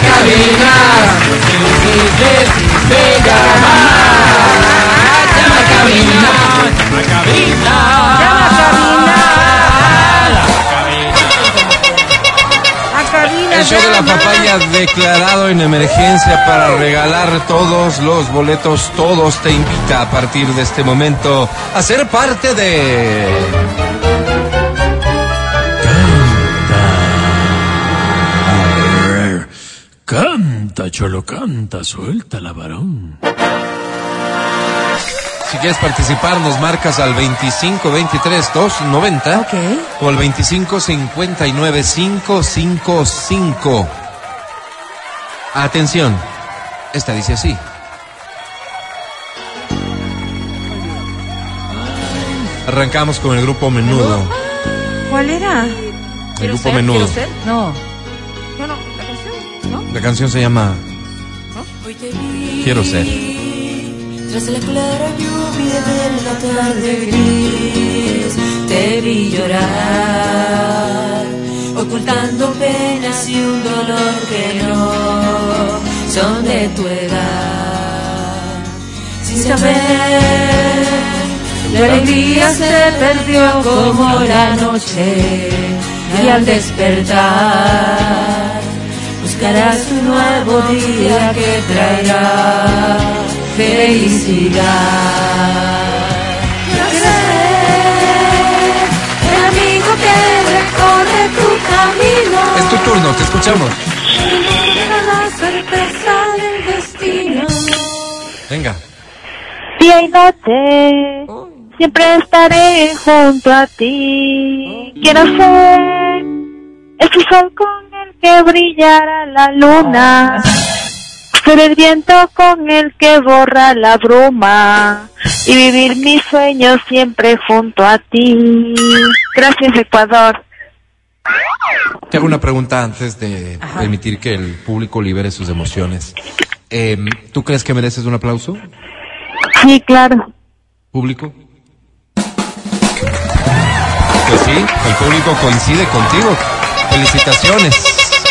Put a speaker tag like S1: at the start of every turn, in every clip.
S1: cabinas, dulces y bellas más. Llama a cabinas, llama a cabinas.
S2: Llama a cabinas. A
S3: El
S2: cabinas.
S3: show de la
S2: llama.
S3: papaya declarado en emergencia para regalar todos los boletos, todos te invita a partir de este momento a ser parte de...
S4: Canta, cholo, canta, suelta la varón.
S3: Si quieres participar, nos marcas al 25 23 290
S2: Ok.
S3: o al 25 59 555. Atención, esta dice así. Arrancamos con el grupo Menudo.
S2: ¿Cuál era?
S3: El grupo Menudo.
S2: No.
S5: No, no, la canción.
S3: La canción se llama
S6: Hoy te vi
S3: Quiero ser.
S6: Tras la clara lluvia de la tarde gris, te vi llorar, ocultando penas y un dolor que no son de tu edad. Sin saber, la alegría se perdió como la noche y al despertar buscarás un nuevo día que traerá felicidad. Quiero ser el amigo que recorre tu camino.
S3: Es tu turno, te escuchamos.
S6: Mira la sorpresa del destino.
S3: Venga.
S7: Día y noche, siempre estaré junto a ti. Quiero ser ese sol con el que brillará la luna. Ser el viento con el que borra la bruma. Y vivir mis sueños siempre junto a ti. Gracias, Ecuador.
S3: Te hago una pregunta antes de permitir que el público libere sus emociones. Eh, ¿Tú crees que mereces un aplauso,
S7: Sí, claro.
S3: público? Pues sí, el público coincide contigo. Felicitaciones.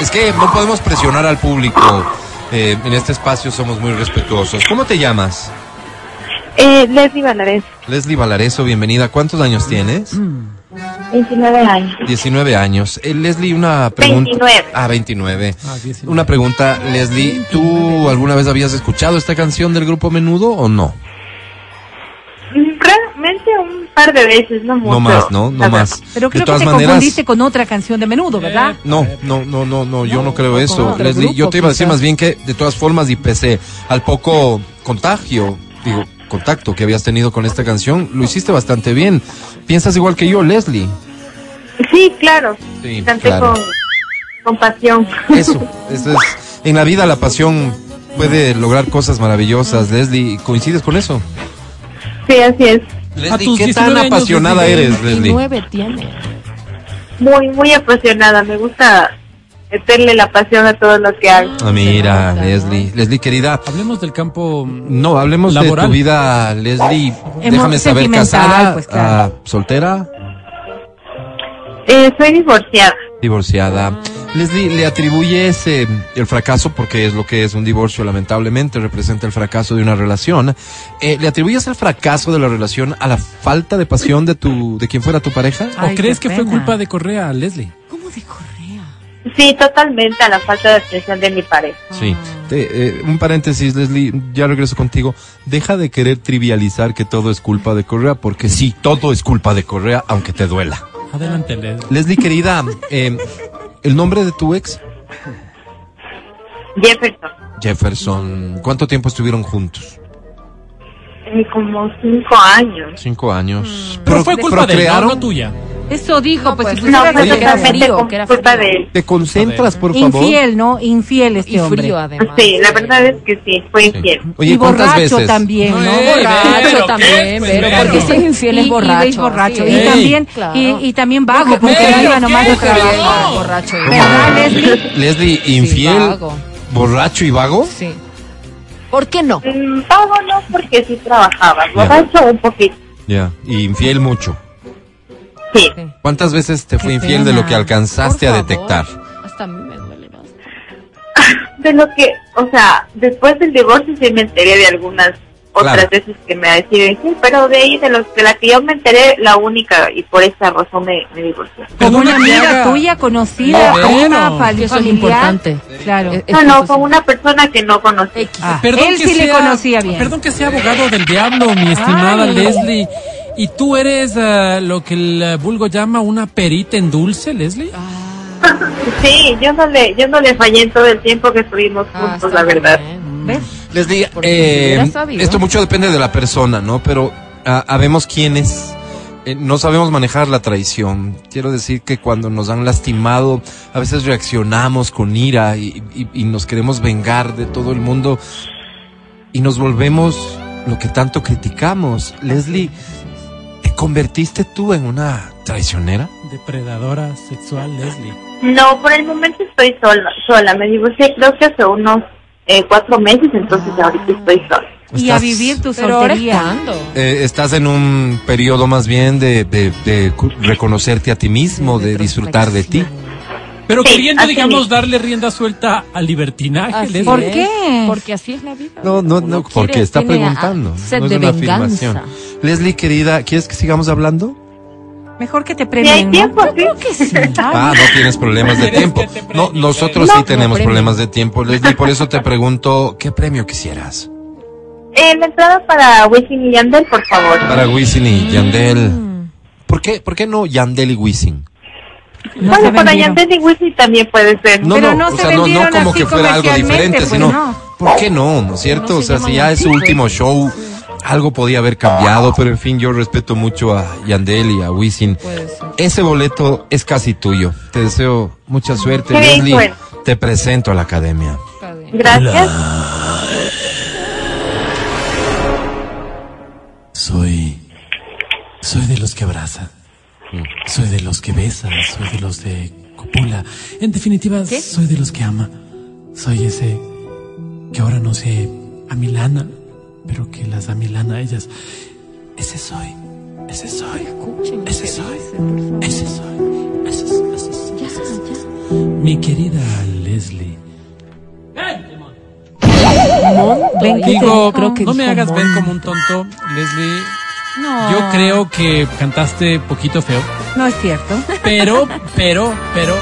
S3: Es que no podemos presionar al público. Eh, en este espacio somos muy respetuosos. ¿Cómo te llamas?
S7: Eh, Leslie Valadez,
S3: Leslie Valareso, bienvenida. ¿Cuántos años tienes?
S7: 29 años.
S3: 19 años. Eh, Leslie, una pregunta.
S7: 29.
S3: Ah, 29.
S4: Ah, 19.
S3: Una pregunta, Leslie. ¿Tú alguna vez habías escuchado esta canción del grupo Menudo o no?
S7: Realmente un par de veces, no mucho.
S3: No más, ¿no? No
S7: La
S3: más.
S2: Pero creo
S3: de
S2: que
S3: todas
S2: te
S3: maneras.
S2: confundiste con otra canción de menudo, ¿verdad?
S3: No, no, no, no, no, yo no,
S2: No,
S3: creo
S2: con
S3: eso,
S2: otro
S3: Leslie. yo
S2: grupo,
S3: te iba a decir
S2: quizás.
S3: más bien que, de todas formas, y pese al poco contagio, digo, contacto que habías tenido con esta canción, lo hiciste bastante bien. Piensas igual que yo, Leslie.
S7: verdad. Sí, claro.
S3: Sí,
S7: Canté
S3: claro.
S7: con, con pasión.
S3: Eso, eso es. En la vida la pasión puede lograr cosas maravillosas, Leslie. ¿Coincides con eso?
S7: Sí, así es.
S4: A
S3: Leslie,
S4: tus
S3: ¿qué tan
S4: 19 años,
S3: apasionada
S4: Leslie.
S3: eres, Eh, Leslie?
S7: Muy, muy apasionada. Me gusta meterle la pasión a todo lo que hago.
S3: Ah, mira, Leslie. Leslie, querida.
S4: Hablemos del campo.
S3: No, hablemos de
S4: Laboral.
S3: tu vida, Leslie.
S2: Emo-
S3: Déjame saber,
S2: sentimental,
S3: casada,
S2: pues, claro.
S3: ah, soltera, Ah.
S7: Eh, soy divorciada.
S3: divorciada. Leslie, ¿le atribuyes eh, el fracaso, porque es lo que es un divorcio, lamentablemente, representa el fracaso de una relación? eh, ¿Le atribuyes el fracaso de la relación a la falta de pasión de tu, de quien fuera tu pareja?
S2: Ay,
S4: ¿O
S2: qué
S4: crees que fue
S2: pena.
S4: culpa de Correa, Leslie?
S2: ¿Cómo de Correa?
S7: Sí, totalmente a la falta de atención de mi pareja.
S3: Sí. Te- eh, un paréntesis, Leslie, ya regreso contigo. Deja de querer trivializar que todo es culpa de Correa, porque sí, todo es culpa de Correa, aunque te duela.
S4: Adelante, Leslie.
S3: Leslie, querida, eh, ¿el nombre de tu ex?
S7: Jefferson,
S3: Jefferson. ¿Cuánto tiempo estuvieron juntos?
S7: eh, como cinco años.
S3: Cinco años.
S4: Pero fue
S3: Pro-
S4: culpa de él, Mm. no,
S3: procrearon.
S4: no tuya.
S2: Eso dijo, pues, si
S7: No,
S2: pusiera
S7: fue
S2: que era
S7: totalmente
S2: frío,
S7: con
S2: que era
S7: culpa
S2: frío.
S7: de él.
S3: ¿Te concentras, por favor?
S2: Infiel, ¿no? Infiel este
S6: y
S2: hombre.
S6: frío además.
S7: Sí, la verdad es que sí, fue
S3: Sí.
S7: infiel.
S3: Oye,
S2: y
S3: ¿cuántas
S2: borracho
S3: veces?
S2: también, ¿no?
S4: Ey,
S2: borracho.
S4: pero,
S6: también,
S4: ¿qué?
S6: pero porque si es infiel es
S2: Y- y
S6: borracho.
S2: es
S6: sí.
S2: borracho. Y
S4: Ey.
S2: también,
S6: Claro.
S2: y, y también vago, porque
S4: Pero
S2: no iba nomás de
S4: ¿qué? Pero
S2: trabajo.
S4: no.
S6: borracho.
S3: ¿Cómo? Leslie, infiel,
S6: vago.
S3: borracho y vago.
S6: Sí. ¿Por qué no?
S7: Mm, Pago no, porque sí trabajaba.
S3: Ya.
S7: Borracho un poquito.
S3: Ya. Y infiel mucho.
S7: Sí.
S3: ¿Cuántas veces te fue
S2: Qué
S3: infiel de
S2: pena.
S3: lo que alcanzaste a
S6: Por favor.
S3: detectar?
S6: Hasta a mí me duele más.
S7: esto es lo que, o sea, después del divorcio sí me enteré de algunas otras
S3: Claro.
S7: veces que me deciden, sí, pero de ahí, de los de la que yo me enteré, la única, y por esa razón me, me divorcié.
S2: Como una
S1: Perdona que
S2: amiga
S1: haga-
S2: tuya, conocida,
S1: No,
S2: prima,
S1: bueno,
S2: fal-
S6: Que eso es lo
S2: familiar.
S6: importante.
S2: Claro.
S6: Es-
S7: No, no,
S6: entonces-
S7: con una persona que no conocí.
S6: X.
S2: Ah,
S1: Perdón
S2: él
S1: que
S2: sí le
S1: sea-
S2: conocía bien.
S1: Perdón que sea abogado del diablo, mi estimada
S2: Ay.
S1: Leslie. ¿Y tú eres eh, lo que el eh, vulgo llama una perita en dulce, Leslie?
S7: Sí, yo no le, yo no le fallé en todo el tiempo que estuvimos
S6: Ah,
S7: juntos,
S6: está
S7: la verdad.
S6: bien.
S2: ¿Ves?
S3: Leslie,
S6: Porque si
S3: eh,
S6: hubiera sabido.
S3: esto mucho depende de la persona, ¿no? Pero ah, habemos quiénes. eh, no sabemos manejar la traición. Quiero decir que cuando nos han lastimado, a veces reaccionamos con ira y, y- y nos queremos vengar de todo el mundo y nos volvemos lo que tanto criticamos. Leslie, ¿te convertiste tú en una traicionera?
S1: Depredadora sexual, Leslie.
S7: No, por el momento estoy sola, sola. Me divorcié creo que hace unos eh, cuatro meses, entonces
S6: Ah.
S7: ahorita estoy sola.
S2: Y a vivir tu
S6: Pero ahora
S2: soltería.
S6: estando.
S3: Eh, estás en un periodo más bien de, de- de cu- reconocerte a ti mismo, de disfrutar de ti.
S1: Pero
S7: Sí,
S1: queriendo,
S7: así
S1: digamos,
S7: mismo.
S1: darle rienda suelta al libertinaje,
S6: Así
S1: Leslie.
S2: ¿Por
S6: es.
S2: qué?
S6: Porque así es la vida.
S3: No, no,
S6: Uno
S3: no,
S6: quiere-
S3: porque está
S6: tiene, ah,
S3: preguntando.
S6: sed
S3: no es
S6: de
S3: una
S6: venganza.
S3: afirmación. Leslie, querida, ¿quieres que sigamos hablando?
S2: Mejor que te
S7: Si hay
S2: premien, ¿no?
S7: tiempo, sí.
S3: Ah, no tienes problemas de
S1: ¿Quieres
S3: tiempo.
S1: que te premie,
S3: No, nosotros
S7: Leslie?
S3: sí tenemos
S6: premio.
S3: problemas de tiempo, Leslie. Por eso te pregunto, ¿qué premio quisieras?
S7: Eh, la entrada para Wisin y Yandel, por favor.
S3: Para Wisin y Yandel. ¿Por qué, por qué no Yandel y Wisin?
S2: No
S7: bueno, para
S2: se vendieron.
S7: Yandel y Wisin también puede ser.
S3: No,
S2: Pero
S3: no,
S2: no
S3: o
S2: se
S3: sea, no, no
S2: vendieron
S3: como
S2: así
S3: que fuera algo
S2: comercialmente,
S3: diferente,
S2: pues,
S3: sino,
S2: no.
S3: ¿por qué no? ¿No es cierto?
S6: No
S3: o
S6: se
S3: sea, si
S6: llaman
S3: ya es su
S6: así,
S3: último
S6: pues.
S3: show, algo podía haber cambiado, pero en fin, yo respeto mucho a Yandel y a Wisin.
S6: Puede ser.
S3: Ese boleto es casi tuyo. Te deseo mucha suerte,
S7: Qué bien,
S3: Leslie.
S7: Joel.
S3: Te presento a la academia.
S6: Está bien.
S7: Gracias.
S4: Soy. Soy de los que abrazan. Soy de los que besan. Soy de los de copula. En definitiva,
S6: ¿Qué?
S4: soy de los que ama. Soy ese que ahora no sé a Milana, pero que las amilana a ellas. Ese soy. Ese soy.
S6: Escuchen lo
S4: Ese
S6: que
S4: soy.
S6: dice, por favor.
S4: Ese soy. Ese soy. Ese soy. Mi querida Leslie.
S2: Ven, que
S1: Digo,
S2: te- creo que
S1: no me
S2: dijo Ah.
S1: hagas ver
S2: Mon.
S1: como un tonto, Leslie.
S2: No,
S1: Yo creo que cantaste poquito feo,
S2: no es cierto.
S1: pero, pero, pero,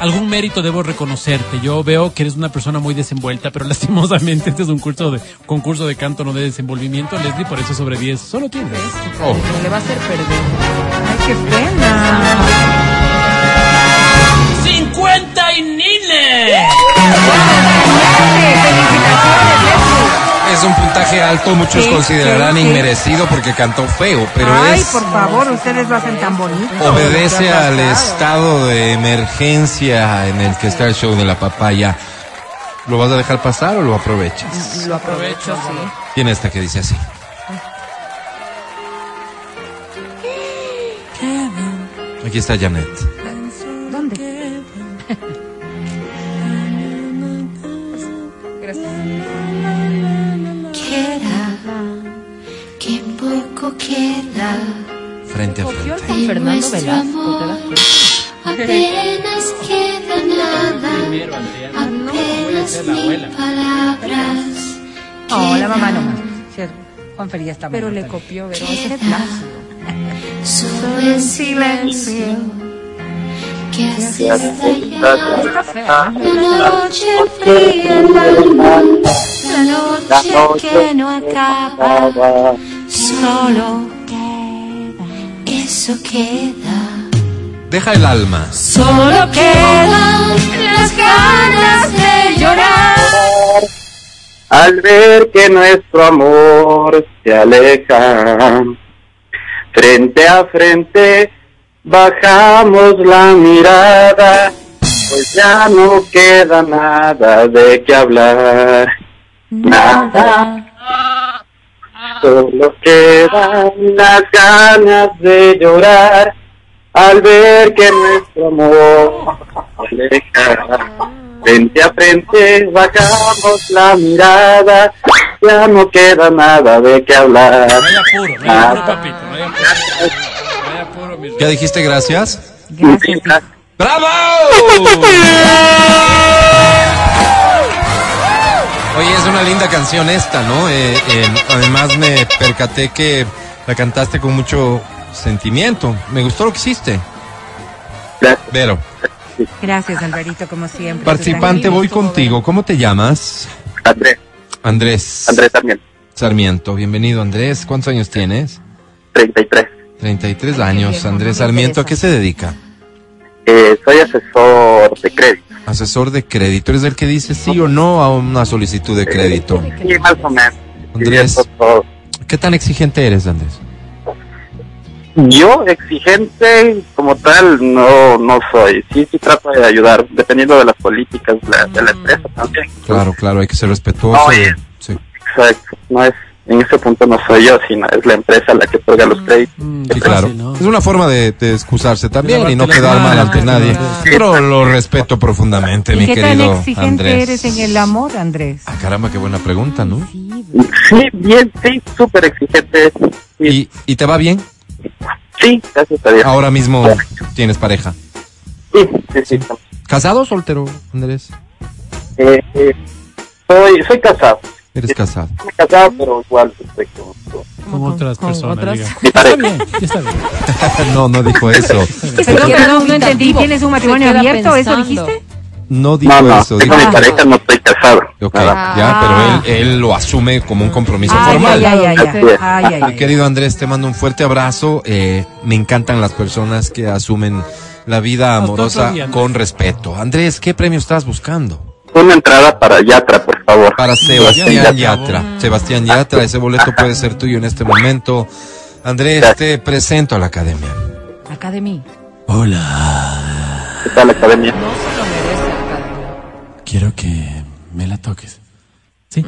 S1: algún mérito debo reconocerte. Yo veo que eres una persona muy desenvuelta, pero lastimosamente este es un curso de, concurso de canto, no de desenvolvimiento, Leslie, por eso sobre 10 solo tienes.
S3: Oh.
S6: Le va a hacer perder.
S2: Ay, qué pena.
S1: 50 y Nile.
S3: Es un puntaje alto, muchos
S2: Sí,
S3: considerarán
S2: sí, sí.
S3: inmerecido porque cantó feo, pero
S2: Ay,
S3: es
S2: por favor, ustedes lo hacen tan bonito.
S3: obedece al estado de emergencia en el que está el show de la papaya. ¿Lo vas a dejar pasar o lo aprovechas?
S6: Lo aprovecho, sí.
S3: Tiene esta que dice así. Aquí está Janet.
S2: ¿Dónde?
S8: Queda, que poco queda.
S3: Frente a frente.
S6: Con Fernando
S8: nuestro
S6: Velasco. ¿te das
S8: amor apenas queda nada. Apenas mil palabras.
S2: Oh, la mamá
S8: quedan.
S2: nomás. Cierto. Juan Fer ya está
S6: Pero
S2: bueno
S6: le
S2: también.
S6: copió, ¿verdad?
S8: Solo en silencio. Que hace estallar
S6: Está fea.
S8: la noche fría en la alma. La noche que no acaba. Solo eso queda.
S3: Deja el alma.
S8: Solo quedan las ganas de llorar.
S9: al ver que nuestro amor se aleja. Frente a frente bajamos la mirada, pues ya no queda nada de qué hablar. Nada. Solo quedan las ganas de llorar al ver que nuestro amor se aleja. Frente a frente bajamos la mirada, ya no queda nada de qué hablar.
S1: Vaya puro, vaya puro, papito, vaya puro. Vaya puro, mi
S3: ¿Ya dijiste gracias?
S2: Gracias.
S3: ¡Bravo! linda canción esta, ¿no? Eh, eh, además me percaté que la cantaste con mucho sentimiento. Me gustó lo que hiciste.
S9: Gracias.
S3: Vero,
S2: Gracias, Alvarito, como siempre.
S3: participante, voy contigo. ¿Cómo te llamas?
S9: Andrés,
S3: Andrés.
S9: Andrés también,
S3: Sarmiento. Bienvenido, Andrés. ¿Cuántos años tienes?
S9: 33.
S3: 33
S2: Ay, qué
S3: años.
S2: viejo,
S3: Andrés
S2: no me
S3: Sarmiento, ¿a
S2: interesa.
S3: qué se dedica?
S9: Eh, soy asesor de crédito.
S3: Asesor de crédito. ¿Eres el que dice sí o no a una solicitud de crédito?
S9: Sí, más o menos.
S3: Andrés.
S9: Y eso todo.
S3: ¿Qué tan exigente eres, Andrés?
S9: Yo, exigente como tal, no no soy. Sí, sí trato de ayudar, dependiendo de las políticas de la, de la empresa también.
S3: Claro, claro, hay que ser respetuoso.
S9: Oye.
S3: Sí.
S9: Exacto. No es, en ese punto no soy yo, sino es la empresa la que otorga los créditos.
S1: Mm,
S3: Sí,
S1: qué
S3: claro.
S1: fácil, ¿no?
S3: Es una forma de, de excusarse también
S1: De
S3: y no
S1: lavarte
S3: quedar
S1: las
S3: mal
S1: manos,
S3: ante nadie.
S1: claro.
S3: Pero lo respeto profundamente, mi
S2: ¿Qué tan
S3: querido
S2: exigente
S3: Andrés.
S2: eres en el amor, Andrés?
S3: Ah, caramba, qué buena pregunta, ¿no?
S9: Sí, bien, sí, súper exigente. Sí,
S3: ¿Y, y te va bien?
S9: sí, gracias a Dios.
S3: Ahora mismo tienes pareja.
S9: Sí, sí, sí.
S3: ¿Casado o soltero, Andrés?
S9: Eh, eh, soy, soy casado.
S3: Eres casado.
S9: Estoy casado, pero igual pues, estoy con- con-
S1: Con otras
S6: con
S1: personas.
S6: otras.
S1: diga.
S9: mi
S1: Está
S9: pareja.
S1: bien, ya está bien.
S3: no, no dijo eso.
S2: Perdón,
S6: queda
S2: perdón, no entendí.
S6: dubitativo.
S2: ¿Tienes un matrimonio
S6: Se queda
S2: abierto? ¿Eso
S6: pensando.
S2: dijiste?
S3: No dijo
S9: No, no,
S3: eso.
S9: tengo
S3: Dijo,
S9: mi pareja, no estoy casado.
S3: ok,
S9: Nada.
S3: ya, pero él, él lo asume como un compromiso
S2: Ay,
S3: formal.
S2: ay, ay, ay, ay, ay, ay,
S3: Mi
S2: ay.
S3: querido Andrés, te mando un fuerte abrazo. Eh, me encantan las personas que asumen la vida
S1: Hasta
S3: amorosa
S1: otro día, Andrés.
S3: con respeto. Andrés, ¿qué premio estás buscando?
S9: Una entrada para Yatra, por favor.
S3: Para Sebastián
S9: Sebastián
S3: Yatra. Sebastián Yatra, ese boleto puede ser tuyo en este momento. Andrés,
S9: Gracias.
S3: te presento a la academia.
S6: Acá de mí.
S2: Este,
S9: ¿Qué tal la academia?
S6: No se lo merece Academy.
S4: Quiero que me la toques. Sí,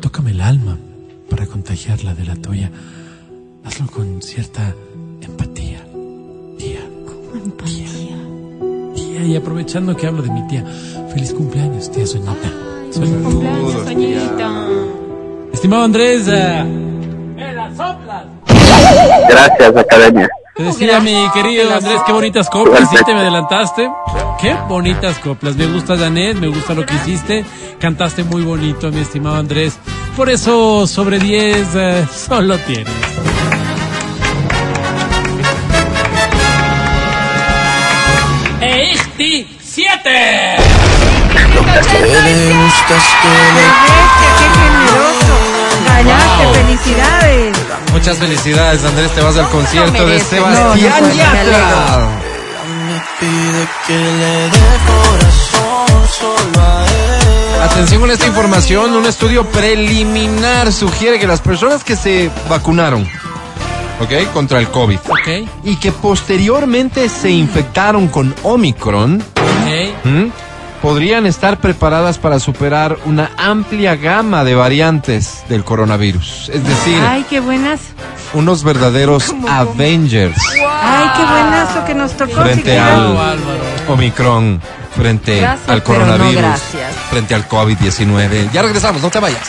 S4: tócame el alma para contagiarla de la tuya. Hazlo con cierta empatía. Tía,
S1: Tía, y aprovechando que hablo de mi tía, feliz cumpleaños, tía Soñita. Soñita.
S6: Cumpleaños, Toñita.
S1: Estimado Andrés,
S4: ah,
S1: eh,
S9: Gracias, academia.
S1: te decía mi querido Andrés, qué bonitas coplas hiciste, me adelantaste. Qué bonitas coplas. Me gusta Janet, me gusta lo que hiciste. Cantaste muy bonito, mi estimado Andrés. Por eso, sobre 10, eh, solo tienes. ¡Eisti 7!
S2: Ganaste, felicidades.
S3: Muchas felicidades, Andrés. Te vas al concierto de
S6: merece.
S3: Sebastián
S2: No, no, me
S3: Yatra. Atención con esta información, un estudio preliminar sugiere que las personas que se vacunaron, ¿ok? Contra el COVID
S1: Ok,
S3: y que posteriormente se infectaron con Omicron,
S1: ok.
S3: ¿m? podrían estar preparadas para superar una amplia gama de variantes del coronavirus. Es decir,
S2: Ay, qué buenas.
S3: unos verdaderos Avengers
S2: Ay, qué buenazo que nos tocó.
S3: Frente
S2: siquiera.
S3: al-
S1: Bravo, Álvaro.
S3: Omicron frente
S6: Gracias,
S3: al
S6: pero no
S3: coronavirus,
S6: gracias.
S3: frente al COVID-19. Ya regresamos, no te vayas.